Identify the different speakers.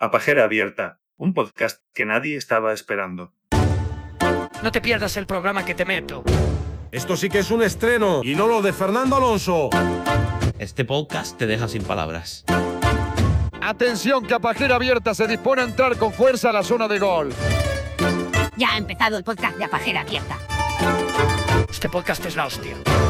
Speaker 1: a Pajera Abierta, un podcast que nadie estaba esperando.
Speaker 2: No te pierdas el programa que te meto.
Speaker 3: Esto sí que es un estreno y no lo de Fernando Alonso.
Speaker 4: Este podcast te deja sin palabras.
Speaker 5: Atención que a pajera abierta se dispone a entrar con fuerza a la zona de gol.
Speaker 6: Ya ha empezado el podcast de Apajera Abierta.
Speaker 2: Este podcast es la hostia.